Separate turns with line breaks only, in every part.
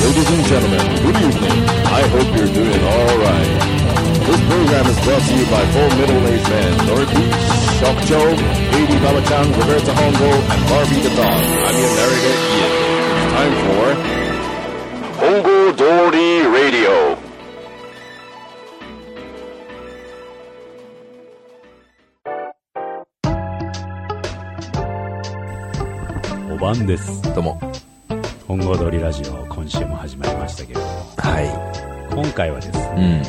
Ladies and gentlemen, good evening. I hope you're doing all right. This program is brought to you by four middle-aged men, Dorothy, Shock Joe, Baby Babachan, Roberta Hongo, and Barbie the Dog. I'm your narrator, Ian. It's time for Hongo Dory Radio.
おばんです。
どうも。
本郷通りラジオ、今週も始まりましたけれども、
は
今回はです
い。
ね、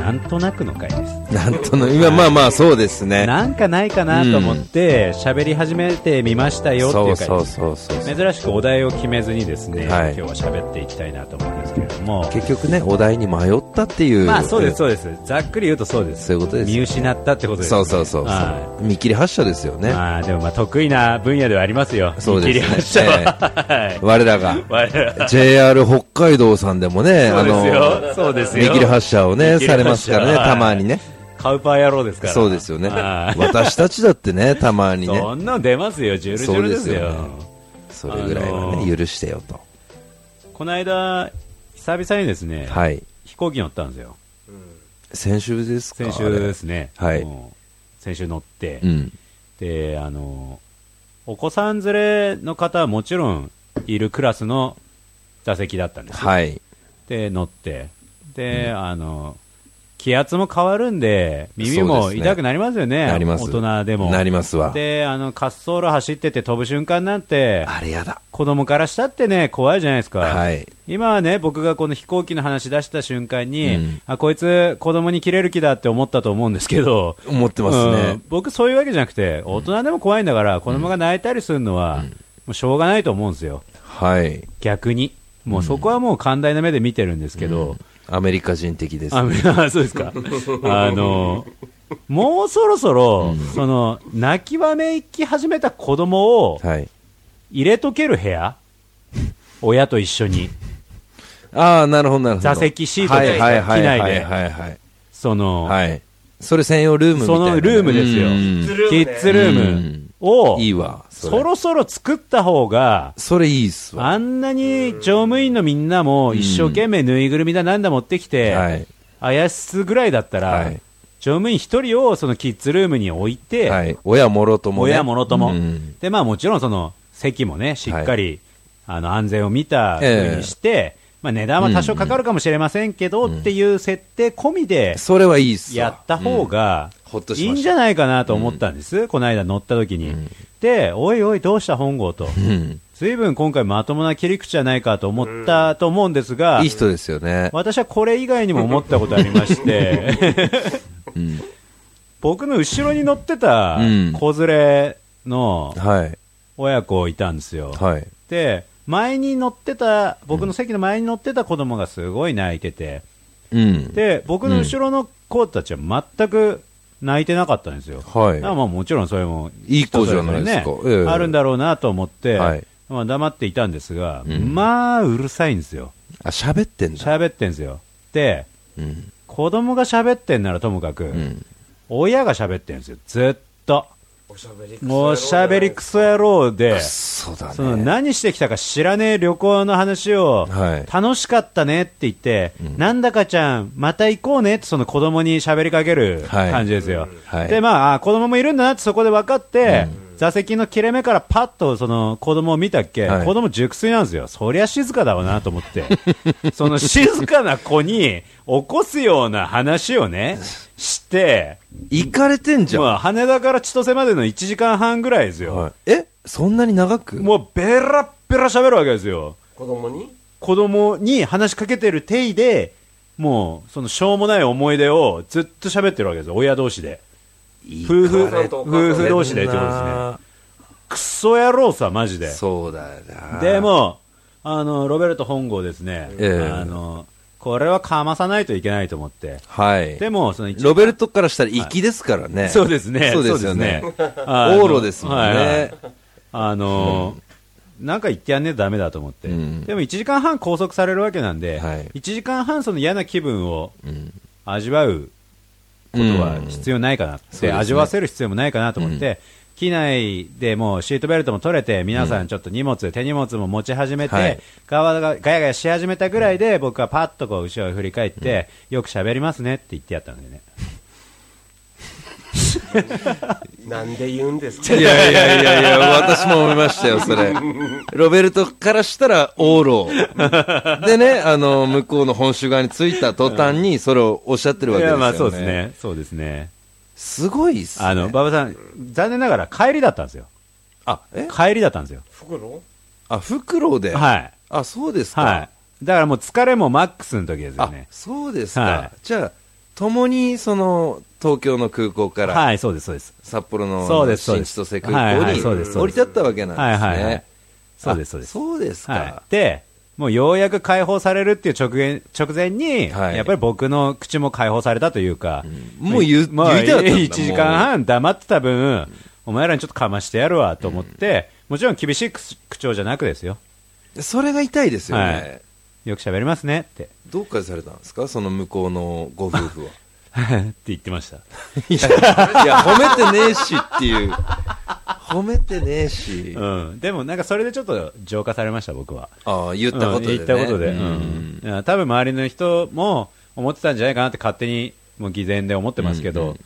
う
なんとなくの回です。
ん。なんとなく、今、まあまあ、そうですね。
なんかないかなと思って、喋り始めてみましたよって
そ
いうう回
そう
です。
そうそう。
珍しくお題を決めずにですね、
はい
今日は喋っていきたいなと思うんですけれども、
結局ね、お題に迷ったっていう。
まあそうです、そうです。ざっくり言うとそうです。
そういうことです
見失ったってことです、
そうそうそう
は
そう。見切り発車ですよ
い
ね。
まあでもまあ得意な分野ではありますよ。
そうです
見
ね
切り発車は。はい
我 らが、
我々
JR 北海道さんでもね、
そ
あ
うです
の、
よ。そうですよ。
見切り発車をね、
見切り
さ
発車
れますからね、
はい
たまにね。
カウパー野郎ですから。
そうですよね。
はい
私たちだってね、 たまにね。
そんなの出ますよ、ジュルジュルですよ。
そうですそれぐらいは
あの
ね、許してよと。
この間、久々にですね、
はい。
飛行機乗ったんですよ。
先週ですか
先週ですね。
あれはい
もう先週乗って、
うん。
で、あの、お子さん連れの方はもちろんいるクラスの座席だったんですよ。
はい。
で、乗って、で、あの、気圧も変わるんで、耳も
そうですね
痛くなりますよね。
なります。
大人でも。
なりますわ。
で、あの、滑走路走ってて飛ぶ瞬間なんて、
あれやだ。
子供からしたってね、怖いじゃないですか。
はい。
今はね、僕がこの飛行機の話出した瞬間に、
うん
あ、こいつ子供に切れる気だって思ったと思うんですけど、
思ってます
う
ね
ん。僕そういうわけじゃなくて、大人でも怖いんだから、子供が泣いたりするのは、もうしょうがないと思うんですよ。
はい。
逆に。もうそこはもう寛大な目で見てるんですけど、
アメリカ人的です。
あめあそうです か。あの、もうそろそろ、その、泣きわめき始めた子供を
はい。
入れとける部 屋親と一緒に。
ああ、なるほど、なるほど。
座席シートで
はいはいはいはい
機内で
はいはい。
その、
はい。それ専用ルームみたい
そ
なね
のルームですよ。
うん
キッズルームを、
いいわ。
そ
それ。
ろそろ作った方が、
それいいっすわ。
あんなに乗務員のみんなも一生懸命ぬいぐるみだなんだ持ってき
は
て、
い。
怪しすぐらいだったら、
はい
乗務員一人をそのキッズルームに置いて、
はい。親もろともね。
親もろとも、
うん
でまあ、もちろんその席もねしっかり、あの安全を見たふうにして、まあ、値段は多少かかるかもしれませんけど、っていう設定込みで
それはいいっすわ。
やった方が
うんほっと
い
し
い
ました
んじゃないかなと思ったんです、この間乗った時に、でおいおいどうした本郷 と
うん。
ずいぶん今回まともな切り口じゃないかと思ったと思うんですが、
いい人ですよね。
私はこれ以外にも思ったことありまして、
うん。
僕の後ろに乗ってた
うん
子連れの
はい。
親子いたんですよ、
はい。
で前に乗ってた僕の席の前に乗ってた子供がすごい泣いてて、
うん。
で僕の後ろの子たちは全く泣いてなかったんですよ、
はい
まあまあもちろんそれも
いい
人
子
そ
じ
れ
ゃ
ぞ
な
れ
い
ね
ですか。ええ
あるんだろうなと思って、
はい
まあ、黙っていたんですが、
うん
まあうるさいんですよ
あ、喋ってんだ。
喋ってんですよで
うん。
子供が喋ってんならともかく、
うん。
親が喋ってんですよずっと
おしゃべり
もうしゃべりクソ野郎で
そうだね。
その何してきたか知らねえ旅行の話を、
はい
楽しかったねって言って、なんだかちゃん、また行こうねってその子供に喋りかける
はい
感じですよ。
はい
で、まああ、子供もいるんだなってそこで分かって、座席の切れ目からパッとその子供を見たっけ、
はい
子供熟睡なんですよ。そりゃ静かだろうなと思って。 その静かな子に起こすような話をね、して、
行かれてんじゃん。
まあ、羽田から千歳までの1時間半ぐらいですよ。
はいえそんなに長く
もうベラッベラ喋るわけですよ。
子供に
子供に話しかけてる体で、もう、そのしょうもない思い出をずっと喋ってるわけですよ。親同士で。夫婦、
お母さん
夫
とお母さん
婦同士でってことですね。クソ野郎さ、マジで。
そうだよな
でも、あの、ロベルト本郷ですね。
ええ
あの、これはかまさないといけないと思って。
はい
でも、その一
ロベルトからしたら粋ですからね、
そうですね。
そうですよね
そうですねあの
往路ですもんね、
はいはいあのーなんか言ってやんねえとダメだと思って、
うん
でも1時間半拘束されるわけなんで、
はい
1時間半その嫌な気分を
ん
味わうことは必要ないかなっ
そうで
て、
すね
味わわせる必要もないかなと思って、機内でもうシートベルトも取れて、皆さんちょっと荷物、手荷物も持ち始めて、
はい
ガワガガヤガヤし始めたぐらいで、僕はパッとこう後ろを振り返って、よく喋りますねって言ってやったんでね。
なんで言うんですか
いやいやいやいや、私も思いましたよ、それ。ロベルトからしたら、オーロ ー。でね、あの、向こうの本州側に着いた途端に、それをおっしゃってるわ
い
け
や、
ですよね。
まあそうです。ね。そうですね。
すごいっすね。
あの、馬場さん、残念ながら帰りだったんですよ。
あ、え
帰りだったんですよ。
袋
あ、袋で。
はい。
あ、そうですか。
はい。だからもう疲れもマックスの時ですよ
あ
ね、。
そうですか。
は
じゃあ、共に、その、東京の空港から、
はい、そうです、そうです。
札幌の
そうですそう
新
です
千歳空
はい
港
はい
に
そうですそう
降
で
り
す
立ったわけなんですね。
はいはいはい。そうです、そうです
あ。そうですか。
はい、で、もうようやく解放されるっていう直前直前に、
はい
やっぱり僕の口も解放されたというか、
うんもう言う
まあ
言いたかったんだ
1時間半黙ってた分、お前らにちょっとかましてやるわと思って、もちろん厳しい口口調じゃなくですよ、
それが痛いですよね。
はいよく喋りますねって。
どうかされたんですかその向こうのご夫婦は。
って言ってました。
いや、いや褒めてねえしっていう。褒めてねえし。
うん。でもなんかそれでちょっと浄化されました、僕は。
ああ、言ったことで、
う
ね
ん言ったことで。
うん
うんいや多分周りの人も思ってたんじゃないかなって勝手に、もう偽善で思ってますけど、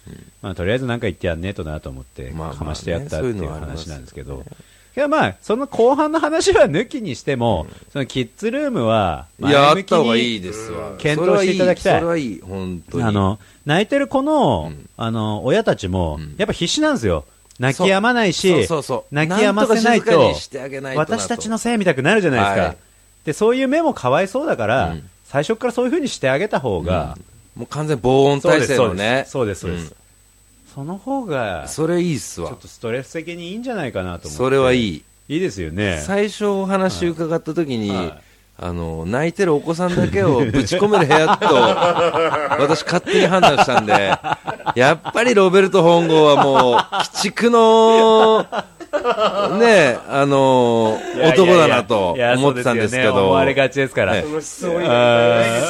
まあとりあえずなんか言ってやんねえとなと思って、
まあまあね
かましてやったってい
そういう
う
のはあります
話なんですけど。いやまあ、その後半の話は抜きにしても、そのキッズルームは、
いや、
前
あっ
向き
た
に
方がいいですわ。
検討していただきたい
それはいい、それはいい本当に。
あの、泣いてる子の、
ん
あの、親たちも、やっぱ必死なんですよ。泣き止まないし、
そうそうそうそう
泣き止ませない
なんとか静か
と
にしてあげないとなと
私たちのせいみたくなるじゃないですか。
はい
で、そういう目もかわいそうだから、
うん
最初からそういうふうにしてあげた方が、
もう完全防音
そう
体
です、
制
そう
の
で
ね。
す、そうです、そうです。
ん
その方が、ちょ
それいいっすわ
っ。とストレス的にいいんじゃないかなと思って。
それはい
い。
い。
いいですよね。
最初お話伺った時に、
はい
あの泣いてるお子さんだ けをぶち込める部屋と私勝手に判断したんでやっぱりロベルト本郷はもう鬼畜のねあの男だなと思ってたんですけ
いやそうよね
ど
思われがちですから。
ええ
その質問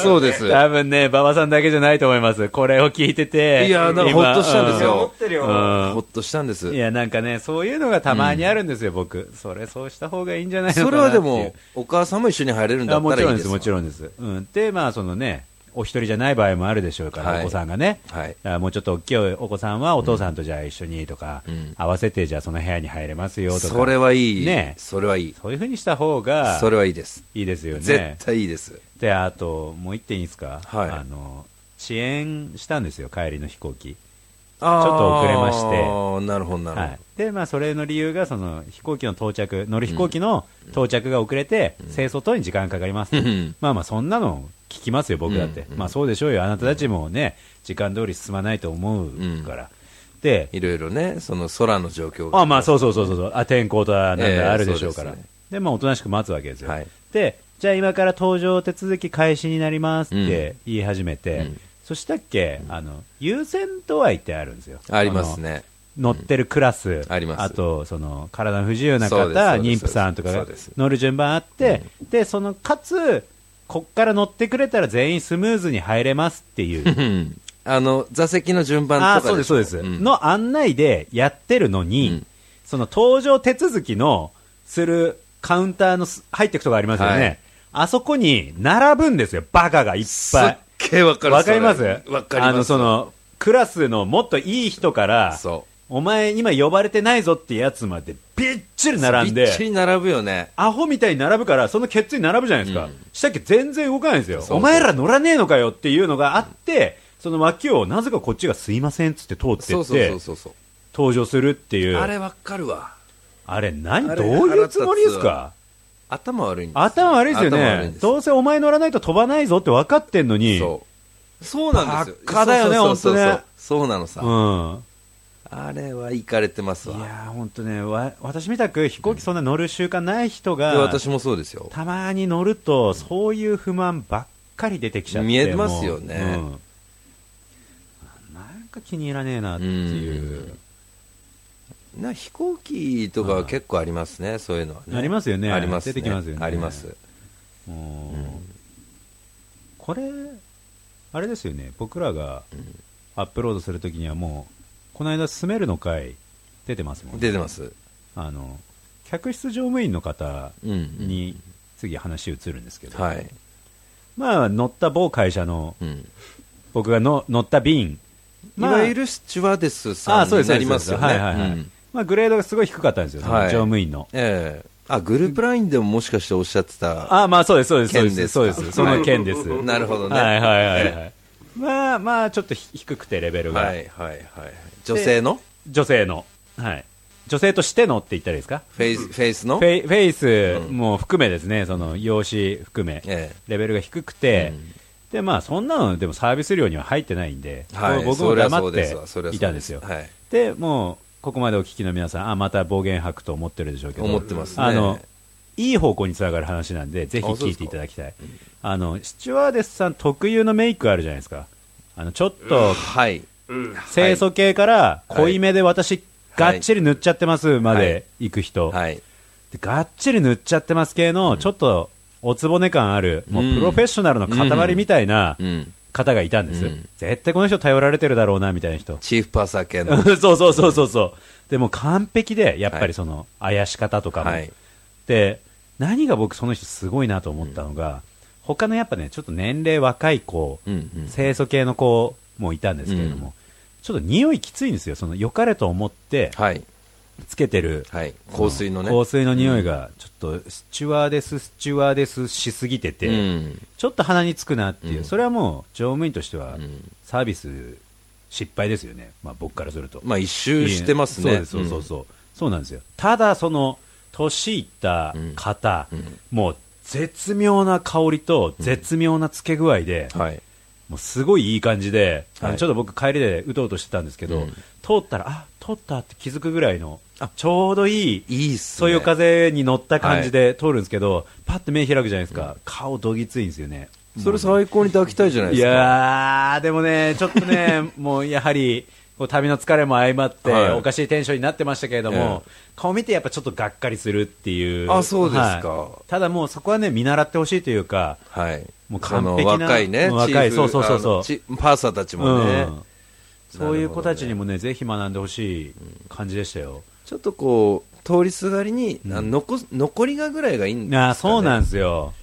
そうです
多分ね、馬場さんだけじゃないと思います。これを聞いてて。
いやなんかほっとしたんですよ
今
思ってるよ。
うん
ほっとしたんです
いや、なんかね、そういうのがたまにあるんですよ、僕。それ、そうした方がいいんじゃないの
そ
か
れ
な
は
ってい
で
う。
もお母さんも一緒に入れるんだ
あ
っ
も
た
ち
ら
ろ
い
んで、
いですす
もちろんです。うん。で、まあ、そのね、お一人じゃない場合もあるでしょうから、
はい
お子さんがね。
はい
あもうちょっと大きいお子さんは、お父さんとじゃあ一緒にとか、
ん
合わせてじゃあその部屋に入れますよとか。
それはいい、
ね
それはいい
そういうふうにした方が、
それはいいです
いいですよね
絶。対いいです
で、あと、もう一点いいですか
はい
あの、遅延したんですよ、帰りの飛行機。
ちょ
っと遅れまして
なるほどなるほど、
はい、で、まあ、それの理由がその飛行機の到着乗る飛行機の到着が遅れて、清掃等に時間かかります、
うん
まあまあそんなの聞きますよ、僕だって、
うん
まあ、そうでしょうよ、あなたたちもね、時間通り進まないと思うから、で
いろいろね、その空の状況。
あまあそううそうそうそうそうあ天候とはなん
ええ
だあるでしょうから、
そう
で
ですね
まあおとなしく待つわけですよ、
はい
でじゃあ今から搭乗手続き開始になりますって言い始めて、
うん
そしたっけ、あの優先度合いってあるんですよ。
ありますね。
乗ってるクラス、
んあります
とその体の不自由な
そ
方
うですそうです
妊婦さんとか
そ
が
うです
乗る順番あってでそのかつこっから乗ってくれたら全員スムーズに入れますっていう
うんあの、座席の順番と
あ
か
ーそうですそうです、
ん
の案内でやってるのに、
うん
その搭乗手続きのするカウンターのす入ってくとこありますよね、
はい
あそこに並ぶんですよバカがいっ
す
ぱ
っ
い
げえわかる。
わかりま
そ
す
れわかります。
あの、その、クラスのもっといい人から、
そ
お前今呼ばれてないぞってやつまでびっちり並ん
びっち
で、
り並ぶよね。
アホみたいに並ぶから、そのケツに並ぶじゃないですか。したっけ全然動かないんですよ。
そうそう
お前ら乗らねえのかよっていうのがあって、その脇をなぜかこっちがすいませんっつって通って
そ
っ
うそう
て
そう、そうそう。
登場するっていう。
あれわかるわ。
あれ何
あれ
どういうつもりですか
頭悪いんですよ
頭悪いですよ
頭悪いん
ね
で。す
どうせお前乗らないと飛ばないぞって分かってんのに。
そう。そうなんですよ。
バカだよね
そうそうそうそう
ほんとね
そうなのさ。
うん。
あれは行かれてます
い
わ。
やー、本当ねわ、私みたく飛行機そんな乗る習慣ない人
で
が、
私もそうですよ。
たまに乗ると、そういう不満ばっかり出てきちゃって、
見えますよね
もううんなんか気に入らねえなっていう、
な飛行機とかは結構ありますね、そういうのはね。
ありますよね
ありますね。
出てきますよね
あります。
もうこれ、あれですよね、僕らがアップロードするときには、もう、この間、住めるの会出てますもんね
出てます。
あの客室乗務員の方
うんうん
に次話移るんですけど、
はい。
まあ乗った某会社の
うん。
僕がの乗った便、まあ
いわゆるスチュワーデス
あ
さ
あ
ん
そうで
に
す
なりますよね。
そうですはいはいはい
うん
まあ、グレードがすごい低かったんですよ、その
はい
乗務員の。
ええあ、グループラインでももしかしておっしゃってた。
ああ、まあそうです、そうです、そう
件
で
です
す、
か
そうです、その件です。
なるほどね。
は
はいい
はいはいはい。まあまあ、ちょっとひ低くてレベルが、
はいはい。女性の
女性の、はい、女性としてのって言ったらいいですか、
フェイス、フェイスの
フェイフェイスも含めですね、その容姿含め、
え
レベルが低くて、
うん
でまあ、そんなのでもサービス料には入ってないんで、
はい。
僕
そ
も
りゃそ
黙
う
っ
ですわそりゃ
て
そう
いたんですよ。
はい。
でもうここまでお聞きの皆さん、あまた暴言吐くと思ってるでしょうけど、
思ってますね
あのいい方向につながる話なんで、ぜひ聞いていただきたい、あのスチュワーデスさん特有のメイクあるじゃないですか、あのちょっと
はい。
うん。
清楚系から濃いめで私、
はい
がっちり塗っちゃってますま
は
で
い
行く人、
はい。
でがっちり塗っちゃってます系の、ちょっとおつぼね感ある、もうプロフェッショナルの塊みたいな
うん。
方がいたんです、
うん
絶対この人頼られてるだろうなみたいな 人。
チーフパーサー系の。
うんそうそうそうそうそう。でも完璧で、やっぱりその、怪し方とかも。
はい
で、何が僕その人すごいなと思ったのが、他のやっぱね、ちょっと年齢若い子、
うんうん
清楚系の子もいたんですけれども、ちょっと匂いきついんですよ。その、良かれと思って、
はい。
つけてる、
はい。香水のね。
香水の匂いが、ちょっと、スチュワーデス、スチュワーデスしすぎてて、
うん。
ちょっと鼻につくなっていう、
うん
それはもう、乗務員としては
ん、
サービス失敗ですよね。まあ僕からすると。
まあ一周してます
そう
ね。
ですそうそうそう、そうなんですよただその年いった方、もう絶妙な香りと絶妙なつけ具合で、
うんはい。
もうすごいいい感じで、あの
はい
ちょっと僕帰りでうとうとしてたんですけど、
うん
通ったらあ通ったって気づくぐらいのちょうどいい
いいっす
そ
ね。
よ風に乗った感じで通るんですけど、パッて目開くじゃないですか、顔どぎついんですよね
それ最高に抱きたいじゃないで
い
すか。
やー、でもね、ちょっと ね、もうやはり、こう旅の疲れも相まって、
はい
おかしいテンションになってましたけれども、顔見てやっぱちょっとがっかりするっていう、
あそうですか
はいただもうそこはね、見習ってほしいというか、
はい。
もう
そ
完
の
璧な
若いね、
うん若い
チーフ
そうそうそうそう
あのチパーサーたちもね、
うんそういう子たちにもね、ぜひ学んでほしい感じでしたよ。
ちょっとこう、通りすがりに、あ残す残りがぐらいがいいんですか、ね、
あーそうなん
ん
ですよ。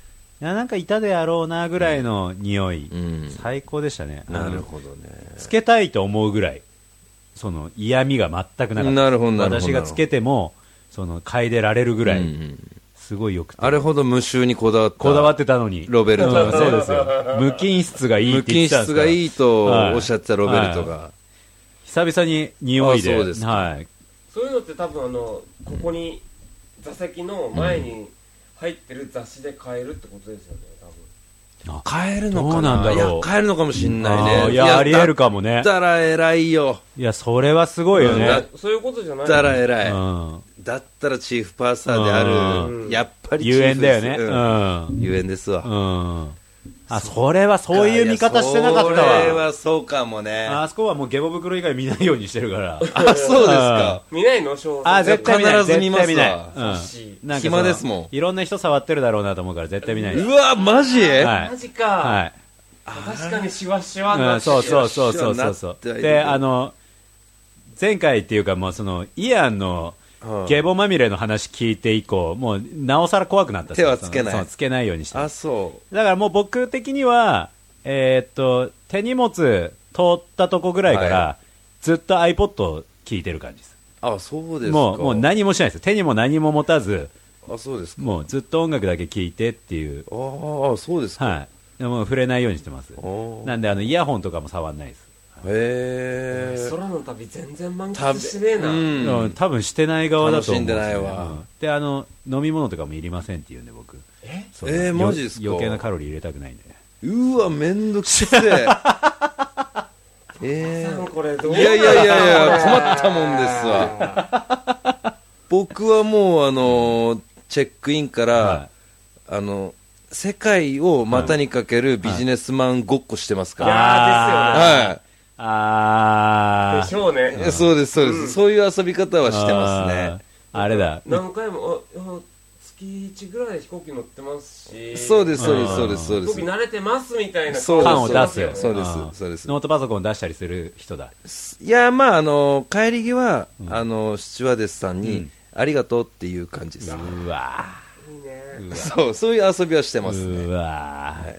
いやなんかいたであろうなぐらいの匂い、
うん
最高でしたね。
なるほどね。
つけたいと思うぐらい、その嫌味が全くなかった。
なるほどなるほど
私がつけても、その嗅いでられるぐらい、
うんうん
すごいよくて。
あれほど無臭にこだわった。
こだわってたのに。
ロベルト
うんそうですよ。無菌室がいいっ
無
て言
菌
ってたんです
質がいいとおっしゃってたロベルトが。
久々に匂いで。
あそうですか
はい。
そういうのって多分あのここに座席の前に入ってる雑誌で買えるってことですよね多分
買えるの
ど
かな
うなんだろう
いや、買えるのかもしんない
あー
ね。
いやありえるかもね
だったら偉いよ。
いや、それはすごいよ
うん
ね。
そういうことじゃ
だ
ない
ったら
え
う
偉い。
ん。
だったらチーフパーサーである、
うん
やっぱりチー
遊
フ
園だよね。
です
うん。
ゆえんですわ、
うん。あ、それはそういう見方してなかった
それ
わ。
はそうかもね
あそこはもうゲボ袋以外見ないようにしてる から。
あそうですか
見ないの小
あ絶対見ない
必ず見ますわ
絶対見ない、
し
なんか
暇ですもん
そのいろんな人触ってるだろうなと思うから絶対見ないう
わマジ、
は
マジ
は
か、
い、
確かにシワシワに
う
なっ
ん、
て
そ
る
うそうそうそうそう
な
そ
って
う
はいる
であの前回っていうかもうそのイアンの
うん
ゲボまみれの話聞いて以降もうなおさら怖くなった
手はつけない
そうつけないようにして
あ
ます
そ
だからもう僕的にはえーっと手荷物通ったとこぐらいから、
は
ずっと iPod を聞いてる感じです
うあそうですか
もうもう何もしないです手にも何も持たず
あそうですか
もうずっと音楽だけ聴いてっていう、
ああそうですか、
はい、でも触れないようにしてます
おー
なんであのイヤホンとかも触んないです、
へえ
空の旅全然満
食
喫してねえな、
うん
うん多分してない側だと思うんすよ
楽しんでないわ
うんであの飲み物とかもいりませんって言うんで僕
え
そう
えー
よ
マジっすか
余計なカロリー入れたくないんで
うわめんどくせ ええ
多
ー
分これどう
いやいやいやいや困ったもんですわ 僕はもうあのーチェックインから、
は
あの世界を股にかけるビジネスマンごっこしてますか
いや
ら、
ー
あ
はい
ーあ
でしょうね
えそうですそうです、そういう遊び方はしてますね
あーあれだ
何回もああつ月1ぐらいで飛行機乗ってますし
そうですそうですそうですそうで
飛行
す
機慣れてますみたいな
そうです
感を出す。
そうです
ん
そうです
ノートパソコン出したりする人だ。
いやまああの帰り際、あのスチュワーデスさんに、
うん
ありがとうっていう感じです、
うわ
いいね
ーうわ
そうそういう遊びはしてます
ー
ね
うわー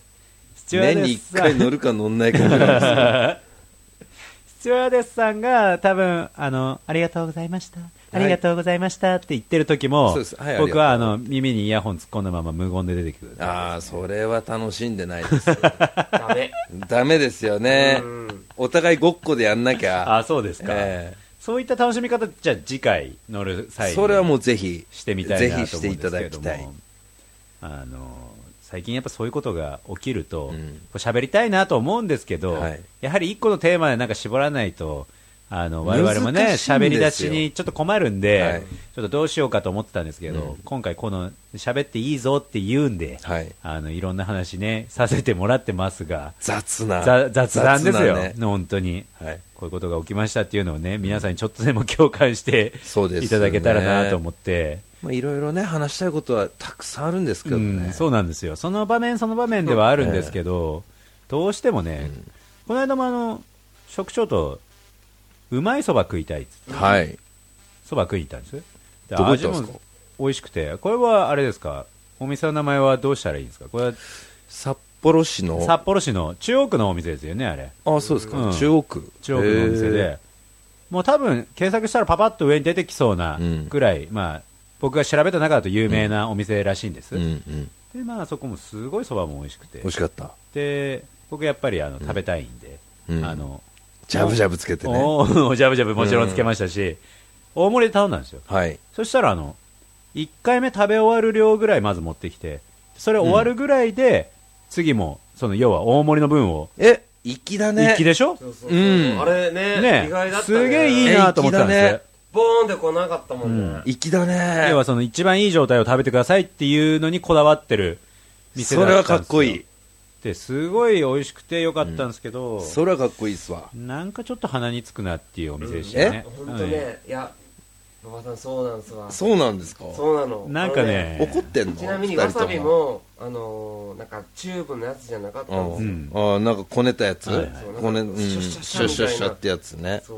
スチュワー
年
デ
に
ス
1
さ
回
ん
乗るか乗んないかぐらいです
スチュワーデスさんが多分あのありがとうございました、ありがとうございましたって言ってる時も、
そうですはい
僕は
あ
あ
りがと
の
う
耳にイヤホン突っ込んだまま無言で出てくる
ああそれは楽しんでないです
ダメ
ダメですよね
うん
お互いごっこでやんなきゃ
あそうですか、
え
そういった楽しみ方じゃあ次回乗る際に
それはもうぜひ
してみたいな
ぜひ
と
し
思
て
うん
い
で
た
すけ
だ
れ
き
ど
たい
もあの最近やっぱそういうことが起きるとこ
ん
う喋、りたいなと思うんですけど、
はい
やはり一個のテーマでなんか絞らないとあの我々もね
難しいんですよ
喋り出しにちょっと困るんで、
はい
ちょっとどうしようかと思ってたんですけど、今回この喋っていいぞって言うんで、
はい
あのいろんな話ねさせてもらってますが。
雑な
ざ雑談ですよ、
雑なね
本当に、
はい
こういうことが起きましたっていうのをね皆さんにちょっとでも共感して
そうですよね
いただけたらなと思って、
まあ、いろいろね話したいことはたくさんあるんですけど
う
ね、
ん、そうなんですよ、その場面その場面ではあるんですけど、どうしてもね、この間もあの職長とうまいそば食いたいっつって
はい
そば食いに行ったんですで
どこ行ったんですか
味も美味しくてこれはあれですかお店の名前はどうしたらいいんですかこれは
札幌市の
札幌市の中央区のお店ですよねあれ
あそうですか、
うん
中央区
中央区のお店
へー
で、もう多分検索したらパパッと上に出てきそうな
うん
ぐらい、まあ、僕が調べた中だと有名なお店らしいんです、
うんうん
でまあ、そこもすごいそばも美味しくて
美味しかった
で僕やっぱりあの食べたいんで、
うん
あの
ジャブジャブつけてね
おー ジャブジャブもちろんつけましたし、大盛りで頼んだんですよ
はい
そしたらあの1回目食べ終わる量ぐらいまず持ってきてそれ終わるぐらいで、次もその要は大盛りの分を
え粋だね
一気でしょ、
そうそうそう
うん
あれね
ね
意外だったね
すげえいいなと思ってたんですよ、
え粋だね
ボーンでこうなかったもんね、
粋だね
要はその一番いい状態を食べてくださいっていうのにこだわってる店だっ
そ
たんで
れは
すよ
かっこいい
ですごい美味しくてよかったんですけど、
それはかっこいいっすわ
なんかちょっと鼻につくなっていうお店でしたね、
本当ね、いや、馬場さん、そうなんすわ。
そうなんですか
そうなの。
うんなんかね
あの
怒ってんの
ちなみに
二
わ
人
さ
と
びも、あのー、なんかチューブのやつじゃなかったんです
う
よ。
ん、ああなんかこねたやつ、
はい
はい
こねうん、シ
シ
ュ
ュ
ッ
ッ
シ
シ
ュ
ュ
ッ
ッ
シ
シ
ュ
ュ
ッシュっ
みたいな
てやつね
そ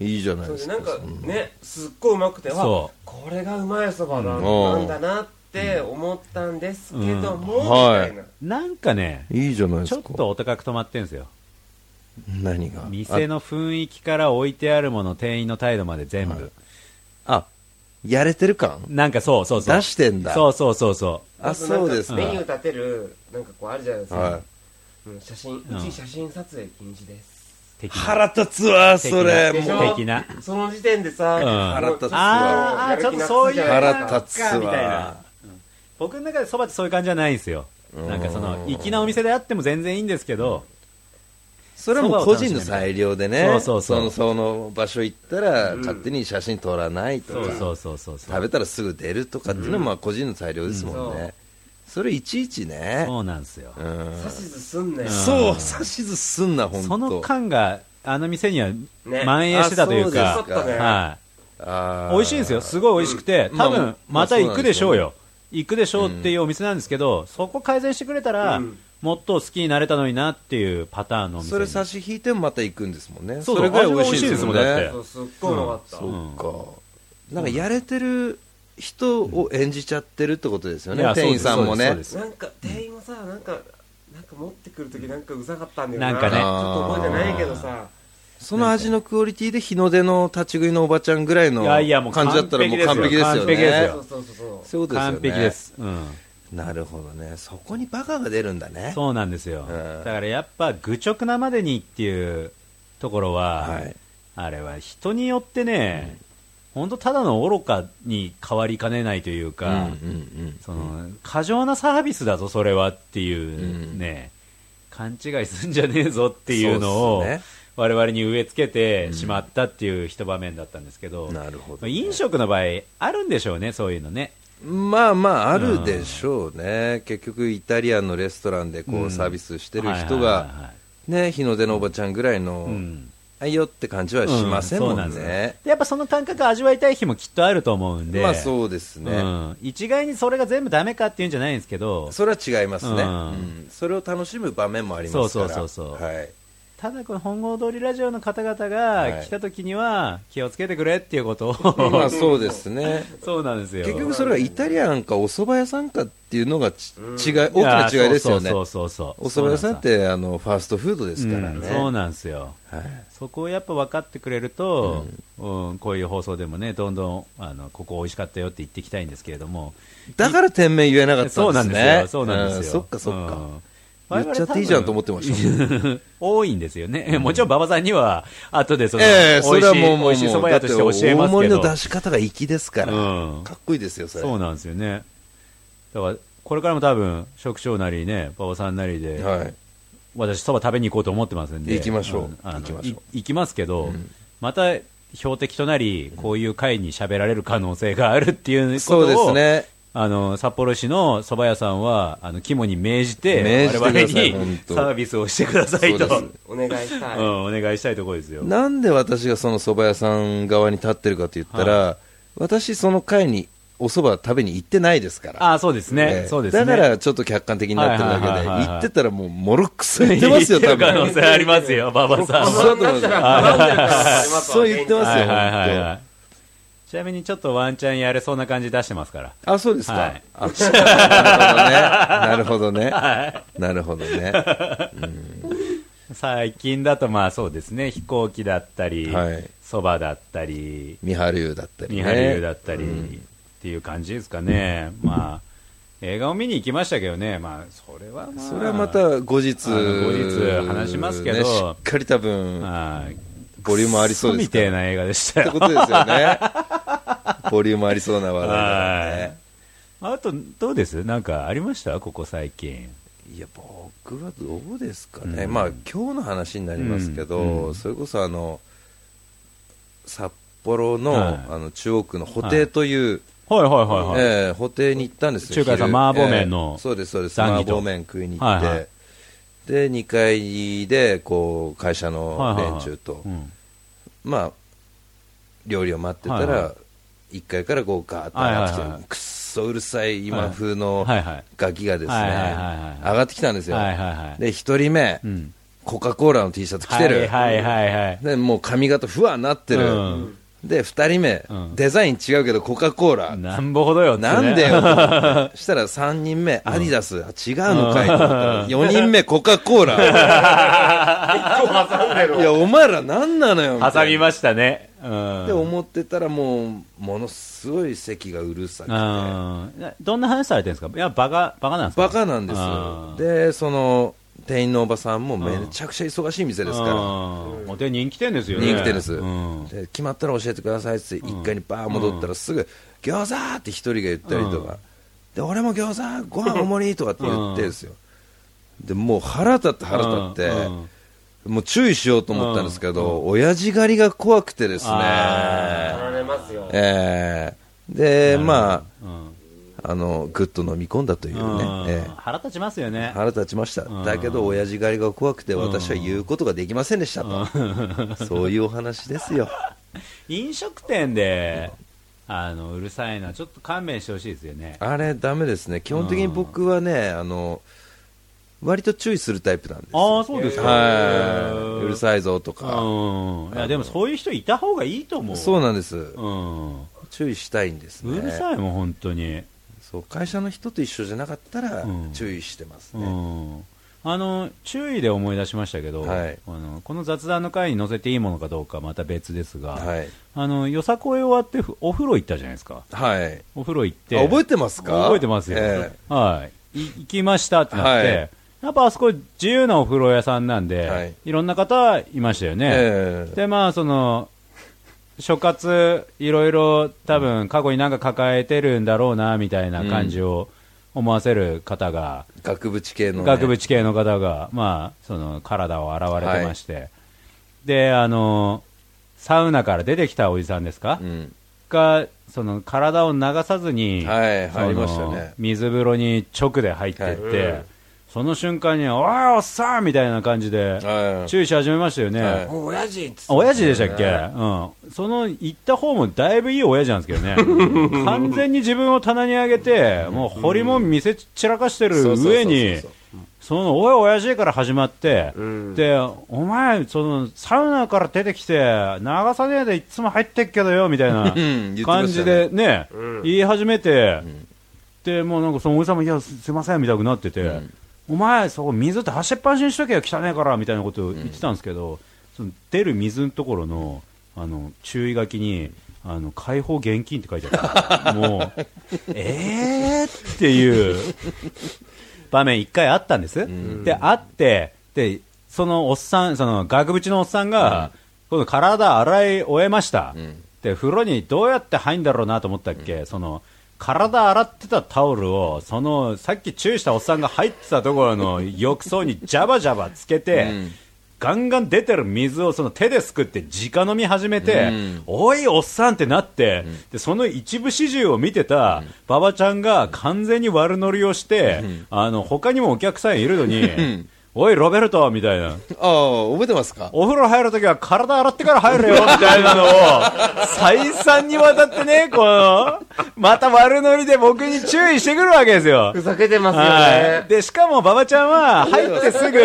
う。
いいじゃないで
それですな
か
んか
そんな
ね、すっごいうまくて、わ
そ
こ
う
れがうまいそばだ
うん
なんだなって思ったんですけども、
うん
みたいな。
なんかね
いいじゃないで
ちょ
す
っ
か
とお高く止まってんですよ
何が
店の雰囲気から置いてあるもの店員の態度まで全部、
はいああやれてる感
なんかそうそうそう
出してんだ
そうそうそうそ
あ
となん
そうですか
メニュー立てる、なんかこうあるじゃないです
は
か
い。
うん写真、うんち写真撮影禁止です。
う的な
腹立つわそれ
でし
もう
ょ
的な
その時点でさ、
うん
もう
立つわ
あーあーちょっとそういう
腹立つ
なんか
わ
みたいな僕の中でそばってそういう感じじゃないんですよなんかその粋なお店であっても全然いいんですけど、
それはもう個人の裁量でね
そうそうそう
のその場所行ったら勝手に写真撮らないと
そう
か、
そうそうそうそう
食べたらすぐ出るとかっていうのはまあ個人の裁量ですもんね、
うん
それいちいちね
そうなんですよ、
うん
指図すんなよ。
そう指図すんな本当
その感があの店には蔓
ね
延してたという
あ
か
そ、うです
か
は
あ
い、
ー
美味しいんですよ、すごい美味しくて、多
うんまあ
分
まあ
また行くでしょうよ、行くでしょううんっていうお店なんですけど、そこ改善してくれたら、
うん
もっと好きになれたのになっていうパターンのお店
それ
に
差し引いてもまた行くんですもんね
そうそう
れぐらい美味しいですもんね
味が美味しいです
そ
も
うすっごいうまかった、
そっかなんかやれてる人を演じちゃってるってことですよ
い
ね
や
店員さんも
そう
ね
です
なんか店員もさなんかなんか持ってくるときなんかうざかったんだよな
なんかね
ちょっと覚えてないけどさ
その味のクオリティで日の出の立ち食いのおばちゃんぐらいの
いやいやもう
感じだったらもう完璧ですよ
完璧です
ね
そ
よ
うそうそうそう
そういうことですよね
完璧です、うん、
なるほどねそこにバカが出るんだね
そうなんですよ、
うん
だからやっぱ愚直なまでにっていうところは、
はい
あれは人によってね、本当ただの愚かに変わりかねないという
うんうん
か、
うん
その過剰なサービスだぞ、それはっていうね、勘違いすんじゃねえぞっていうのを
そうっすね
我々に植え付けてしまったっていう一場面だったんですけど、
なるほどね
飲食の場合、あるんでしょうね、そういうのね。
まあまああるでしょうね結局イタリアンのレストランでこ
う
うんサービスしてる
はい
人
はいはい
が
はい
ね日の出のおばちゃんぐらいの
うん
ないよって感じはしません
う
も
そうなん
ん
です
ね
よ。でやっぱその感覚味わいたい日もきっとあると思うんで、
まあそうですね。
うん一概にそれが全部ダメかっていうんじゃないんですけど、
それは違いますね、う
うん
んそれを楽しむ場面もありますから
そうそうそうそう
はい、
ただこの本郷通りラジオの方々
は
が
い
来た時には気をつけてくれっていうことを、
まあそうですね
そうなんですよ。
結局それはイタリアンかお蕎麦屋さんかっていうのがち
うん
違い大きな違いですよね
やそうそうそうそう。
お蕎麦屋さんってあのファーストフードですからね、
うんそうなんですよ。
はい
そこをやっぱ分かってくれると、うんこういう放送でもね、どんどんあのここ美味しかったよって言っていきたいんですけれども、
だから店名言えなかったんですね
そうなんですよ、そうなんですよ。
うんそっかそっか、
うん
言っちゃっていいじゃんと思ってまし。
多いんですよね。もちろん馬場さんには、後でその、
ええそ
美
れ
味
は
しい、
もうも
美
う
味しい蕎
もう
麦
だ
屋
っ
と
て
して教え
大
ます
盛
け
りの
ど。
出し方が粋ですから、
うん
かっこいいですよそれ
そうなんですよね。だから、これからも多分、職長なりね、馬場さんなりで、
はい、
私、そば食べに行こうと思ってますんで、
行きましょうん
あの
行きましょう
い行きますけど、また標的となり、こういう会に喋られる可能性があるっていうこと
そ
を、
うですね
あの札幌市のそば屋さんは、あの肝に銘じて、
銘じてください
我々に
本当
サービスをしてくださいと、
そう
う
で
お願いしたい。
ん、お願いしたいところですよ。
なんで私がその蕎麦屋さん側に立ってるかと言ったら、私、その会にお蕎麦食べに行ってないですから。
ああ、そうですね、
ええ
そうですね。
だからちょっと客観的になってるだけで、
はいはいはいはい
行ってたらもう、もろくそ言ってます よ、
言
多
ってる可能
分
性ありますよ、馬場さんは
僕は。そうだと思いますそう言ってますよ
はいはいはいはいちなみにちょっとワンチャンやれそうな感じ出してますから。
あ、そうですか。
はい
あそうなるほど ね。なるほどね。なるほどね。
最近だとまあそうですね飛行機だったり
はい
そば、だったり
三春湯だった
三
りね。
春湯だったり、っていう感じですかね、まあ映画を見に行きましたけどねまあそれはまあ
それはまた後日、
あの後日話しますけど
ねしっかり多分、
はい
ボリュームありそうです
み
から
たいな映画でした
って
よ
ことですよね。 ボリュームありそうな話題だ
は
ね
い。あとどうですなんかありましたここ最近
いや僕はどうですかね、まあ今日の話になりますけど、
うんうん
それこそあの札幌の,、
はい
あの中央区の布袋という、
はいはいはいはい、
ええ布袋に行ったんですよ
中華屋さん
昼
麻婆麺の
ええそうですそうです
残
麻
儀と
婆麺食いに行って、
はいはい
で2階でこう会社
は
の
いはいは
連
い
中と、
うん
まあ料理を待ってた
はいは
ら、一1階からこうガーッと上がってきて、
はいはいはい
くっそうるさい今風の
はいはい
ガキがですね、
はいはいはいはい
上がってきたんですよ、
はいはいはい
で1人目、
うん
コカ・コーラの T シャツ着てる、
はいはいはいはい
でもう髪型ふわなってる、
うん
で2人目、
うん
デザイン違うけどコカ・コーラ、
なんぼほどよっつってね
なんでよと思ってしたら3人目、アディダス、あ違うのかいと思った4人目、コカ・コーラ、
挟んで
い
る。
や、お前らなんなのよみたい な
挟みましたね。うん
って思ってたらもうものすごい席がうるさく
う
て
んどんな話されてるんですかいや、バカ、バカなんですか
バカなんですよ
あー
でその店員のおばさんもめちゃくちゃ忙しい店ですか
うんお手人気店です
ら
よね。
人気店です、
うん
で決まったら教えてくださいっつって1階にバー戻ったらすぐ「餃子!」って一人が言ったりとか、で俺も餃子ご飯おもりとかって言ってですよでもう腹立って腹立って、
うん
もう注意しようと思ったんですけど、親父狩りが怖くてですね
やられますよ。
ええでまあ
うん
あのぐっと飲み込んだというね、
うん
え
腹立ちますよ
え
ね。
腹立ちました、だけど親父狩りが怖くて私は言うことができませんでしたと、そういうお話ですよ、
飲食店で、あの、うるさいのはちょっと勘弁してほしいですよね。
あれ、だめですね、基本的に僕はね、あの割と注意するタイプなんですよ、
ああ、そうですか。
はいうるさいぞとか、
うん。いや、でもそういう人いた方がいいと思う。
そう
う
なんです、
うん。
注意したいんですね、
うるさいもん、本当に。
そう会社の人と一緒じゃなかったら
うん
注意してます
う
ね。
んあの注意で思い出しましたけど、
はい
あのこの雑談の回に載せていいものかどうかまた別ですが、
はい
あのよさこい終わってふお風呂行ったじゃないですか
はい
お風呂行って
あ覚えてますか
覚えてますよ、
え
はいい行きましたってなって、
はい
やっぱあそこ自由なお風呂屋さんなんで、
はいい、
ろんな方いましたよね、
ええ
でまあその諸葛いろいろ多分過去になんか抱えてるんだろうなみたいな感じを思わせる方が、
額縁系のね、
額縁系の方が、まあ、その体を洗われてまして、であのサウナから出てきたおじさんですか、
うん
がその体を流さずに、
はい
その
入りましたね
水風呂に直で入っていって、
はい
その瞬間に、おい、おっさんみたいな感じで、
はい
注意し始めましたよね。
はい
お親父っつって
あ親父でしたっけ、うん、その行った方もだいぶいい親父なんですけどね、 完全に自分を棚に上げて、もう掘りもん見せ散らかしてる
そうそうそうそう
上に、そのおい親父から始まって、
ん
でお前その、サウナから出てきて、長さねえでいつも入ってっけどよみたいな
言ってましたね
感じでね、
うん
言い始めて、でもうなんかそのおじさんも、いや、すすいませんみたいになってて。お前、そこ水って走っぱなしにしとけよ、汚ねえからみたいなことを言ってたんですけど、その出る水のところのあの注意書きに、あの開放現金って書いてあ った、もう、えーっていう場面、一回あったんです、であってで、そのおっさん、その額縁のおっさんが、この体洗い終えました、
ん
で風呂にどうやって入るんだろうなと思ったっけ、その体洗ってたタオルをそのさっき注意したおっさんが入ってたところの浴槽にジャバジャバつけて、ガンガン出てる水をその手ですくって直飲み始めて、
うん
おい、おっさんってなって、でその一部始終を見てた馬場ちゃんが完全に悪乗りをして、あの他にもお客さんいるのに
ん、
おい、ロベルトみたいな。
ああ、覚えてますか
お風呂入るときは体洗ってから入 るよみたいなのを再三にわたってね、この、また悪ノリで僕に注意してくるわけですよ
ふ。ざけてますよ
はい。
ね
で、しかも、馬場ちゃんは、入ってすぐ、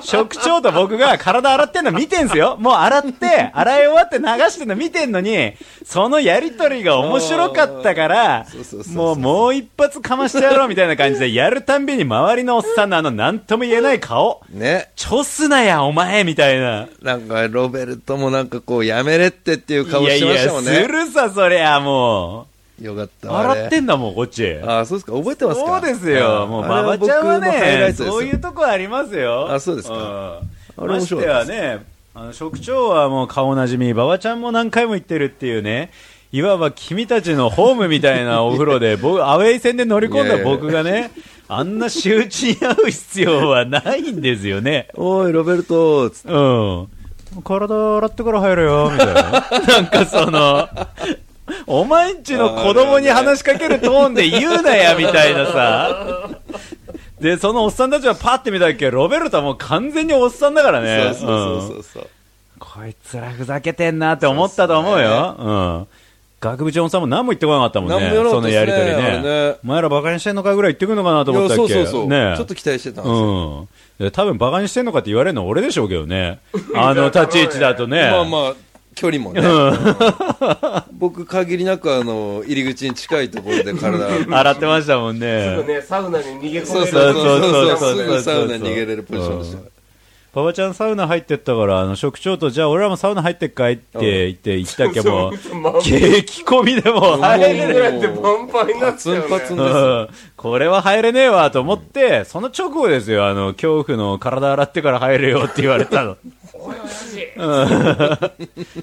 職長と僕が体洗ってんの見てんすよ。もう洗って、洗い終わって流してんの見てんのに、そのやりとりが面白かったから
そうそうそう、そう
もう、もう一発かましてやろうみたいな感じで、やるたんびに周りのおっさんのあの、なんとも言えない顔。
ね。
ちょすなや、お前みたいな。
なんか、ロベルトもなんかこう、やめれってっていう顔
いや
し
い
てまし
や
たもんね。
するさ、そりゃ、も
よかっ
う。
たわ。
洗って
ん
んだもん、こっち。
ああ、そうですか。覚えてますか
そうですよ。もう、馬場ちゃんはね、そういうとこありますよ。
あそうですか
うん。
あ
ま
れ
し
面
て
白か
は
ったで
ね、あの、職長はもう顔なじみ、馬場ちゃんも何回も行ってるっていうね、いわば君たちのホームみたいなお風呂 で、僕、アウェイ戦で乗り込んだ僕がね、あんな仕打ちに遭う必要はないんですよね。
おい、ロベルトつって
うん。体洗ってから入れよ、みたいな。 なんかその、お前んちの子供に話しかけるトーンで言うなや、みたいなさ。で、そのおっさんたちはパって見たっけロベルトはもう完全におっさんだからね。
そうそうそううんそう。
こいつらふざけてんなって思ったと思うよ。うん。学部長さんも何も言ってこなかったもんね。
何も言わなか
そ
った
の
っす
や
ね
りとりね。
あれね
お前らバカにしてんのかぐらい言ってくんのかなと
い
思っ
や
たっけ
そうそうそう、
ねえ
ちょっと期待してたんですよ、
うん。多分バカにしてんのかって言われるの俺でしょうけど ね。あの立ち位置だとね。
まあまあ距離もね、 僕限りなくあの入り口に近いところ で体
洗ってましたもん
すぐ
ね。
ねサウナに逃げ込
そう
める
そうそうそう
そうそうそう
すぐサウナに逃げれるポジションでし
パパちゃんサウナ入ってったから、あの、職長と、じゃあ俺らもサウナ入ってっかいって言って、行ったっけもう、激込みでもう入れ
ぐらいってパンパンにな
た
っちゃう、ね、
パツンパツン
う
ですよ
んこれは入れねえわと思って、その直後ですよ、あの、恐怖の体洗ってから入れよって言われた の。
おい親父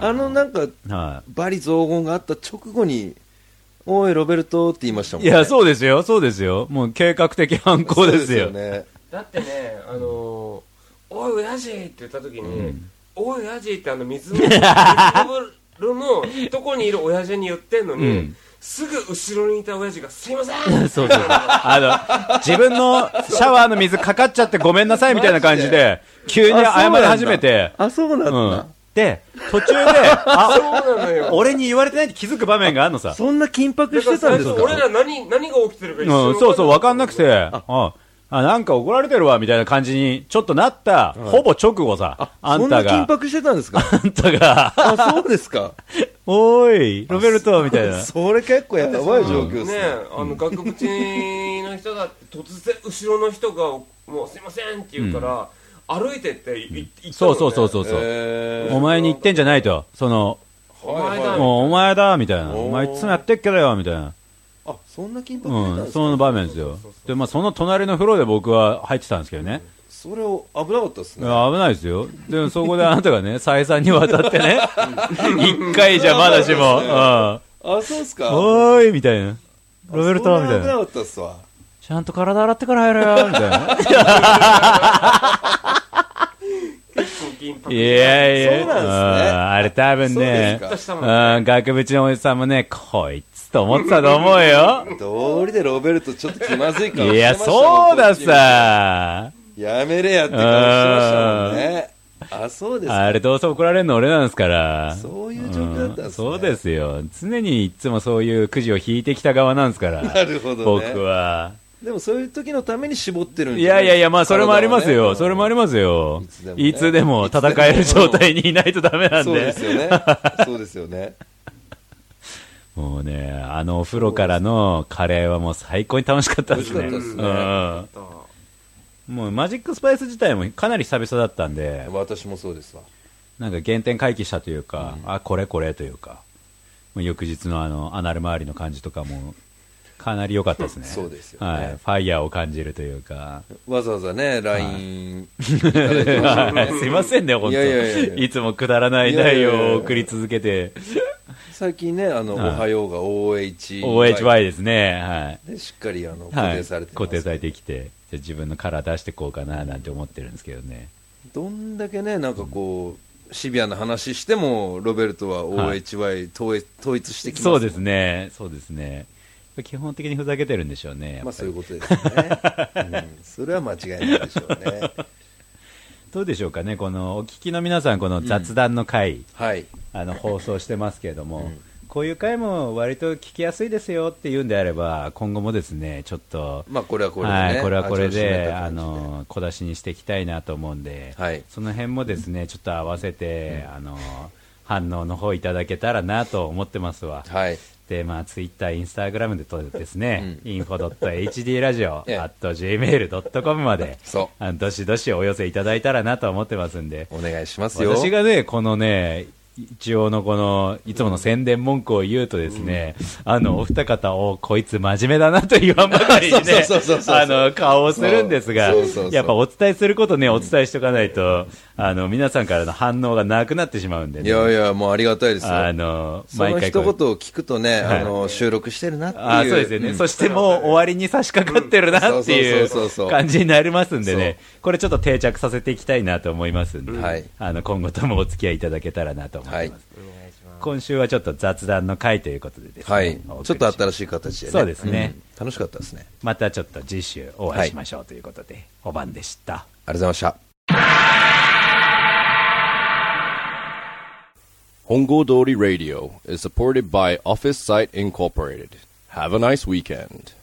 あのなんか
は
バリ雑言があった直後に「おいロベルト」って言いましたも
い。
ん
い
ね
や、そうですよ、そうですよ。もう計画的犯行ですよ。
ね
だってね、あのー、おい、親父って言った時に、おい、親父ってあの水 の、水風呂のとこにいる親父に言ってんのに、
うん
すぐ後ろにいた親父が、すいま せん
そうそう。あの、自分のシャワーの水かかっちゃってごめんなさいみたいな感じで、急に謝り始めて、
あそうなんだ、
うん。で、途中で、あ、
そうなのよ。
俺に言われてないって気づく場面があるのさ。
そんな緊迫
だ
して
か
たん
ら
です
最
か
初俺ら何、何が起きてるか
う
一
ん、
緒
そうそう、わかんなくて、あ、あなんか怒られてるわ、みたいな感じに、ちょっとなった、ほぼ直後さ、あんた
そんな
が
緊、迫してたんですか
あんたが、
あそうですか
おーい、ロベルト、みたいな。
それ結構やばい状況です
ね
ね
あの、額縁の人だって、突然後ろの人が、もうすいませんって言うから、歩いてってい行った
そ
の
うそうそう
う。
そうそう。
え
お前に言ってんじゃないと、その、
お前だ。
もうお前だ、みたいな。
おー
お前いつもやってっけどよ、みたいな。
ー、あそんな緊迫してたんですか、
うん、その場面ですよ。で、まあ、その隣の風呂で僕は入ってたんですけどね。
それを危なかったです
い
ね
や危ないですよ。でも、そこであなたが ね、再三にわたってね、一回じゃまだし も、うん
あそうですか
おーい、みたいな。ロベルト、みたい
そん危な
な。
かったっすわ
ちゃんと体洗ってから入れよ、みたい な。
結構緊迫
いやいや、
そうなんです
う
ね
んあれ多分
そうで
ね
すか、
したもんね
うん、額縁のおじさんもね、こいつつと思ってたと思うよ。
道理でロベルトちょっと気まずい
い
顔してましたもん
や、そうだ
こっちも
さ。
やめれやって顔してましたもんねあそうですか
あれどうせ怒られるの俺なんですから。
そういう状況だったんですね
うんそうですよ。常にいつもそういうくじを引いてきた側なんですから。
なるほどね
僕は。
でもそういう時のために絞ってるん
い
じ
や
ゃない
やいや、まあそれもありますよ。それもあり
ま
ますよ
いつでも。ね
いつでも戦える状態にいないとダメなん
そうで。
です
よね そうですよね
もうね、あのお風呂からのカレーはもう最高に楽しかったですね。
美味しかったですね
うんもうマジックスパイス自体もかなり久々だったんで、
私もそうですわ
なんか原点回帰したというか、あ、これこれというか、もう翌日のあの、アナル周りの感じとかも、かなり良かったですね。
そうですよね
はい。ファイヤーを感じるという か。
わざわざね LINE いただいてましたもんね
すいませんね、本当
いやいやいやいや
いつもくだらない内容を送り続けて、
最近ねあの「お
はい
はよう」が OHY
OHY ですね。
でしっかりあの固
はい。
定されてます、
固定されてきて、じゃあ自分のカラー出してこうかななんて思ってるんですけどね。
どんだけねなんかこうシビアな話してもロベルトは OHY 統一統一してきます
そうですね。そうですね。基本的にふざけてるんでしょうね。やっぱり
まあそういうことですよね、 うん、それは間違いないでしょうね
どうでしょうかね、このお聞きの皆さん、この雑談の回、
はい
あの放送してますけれども、
ん
こういう回も割と聞きやすいですよっていうんであれば、今後もですね、ちょっと、
まあこれはこれでね
はい、これはこれで、あ
味を占めた感じで
の小出しにしていきたいなと思うんで、
はい
その辺もですね、ちょっと合わせて、あの反応の方いただけたらなと思ってますわ。
はい
でまあ、ツイッター、インスタグラムでとですね、
う
info.hd ラジオ、
ええ
at gmail.com まで、
そう
あのどしどしお寄せいただいたらなと思ってますんで、
お願いしますよ
私がね、このね、一応のこの、いつもの宣伝文句を言うとですね、あの、お二方を、こいつ真面目だなと言わんばかりにね
そうそうそうそう、そう
あの、顔をするんですが
そうそうそうそ、う
やっぱお伝えすることね、お伝えしとかないと、あの、皆さんからの反応がなくなってしまうんで
い
ね。
やいやもうありがたいですよ
あの、
そ
毎
の
回
一
こ
言
う。
を聞くとね、あの収録してるなっていう
あーそうですよね、
ん
そしてもう終わりに差し掛かってるなってい
うんそうそうそうそう
う
そう
感じになりますんでね、これちょっと定着させていきたいなと思いますんで、
はい
あの今後ともお付き合いいただけたらなと思います。
はい
今週はちょっと雑談の回ということでですね、
はい
お送りしま、
ちょっと新しい形でね
そうですね
うん楽しかったですね
またちょっと次週お会いしましょうということで、お晩でした。
ありがとうございました
本郷通り Radio is supported by Office Site Incorporated. Have a nice weekend.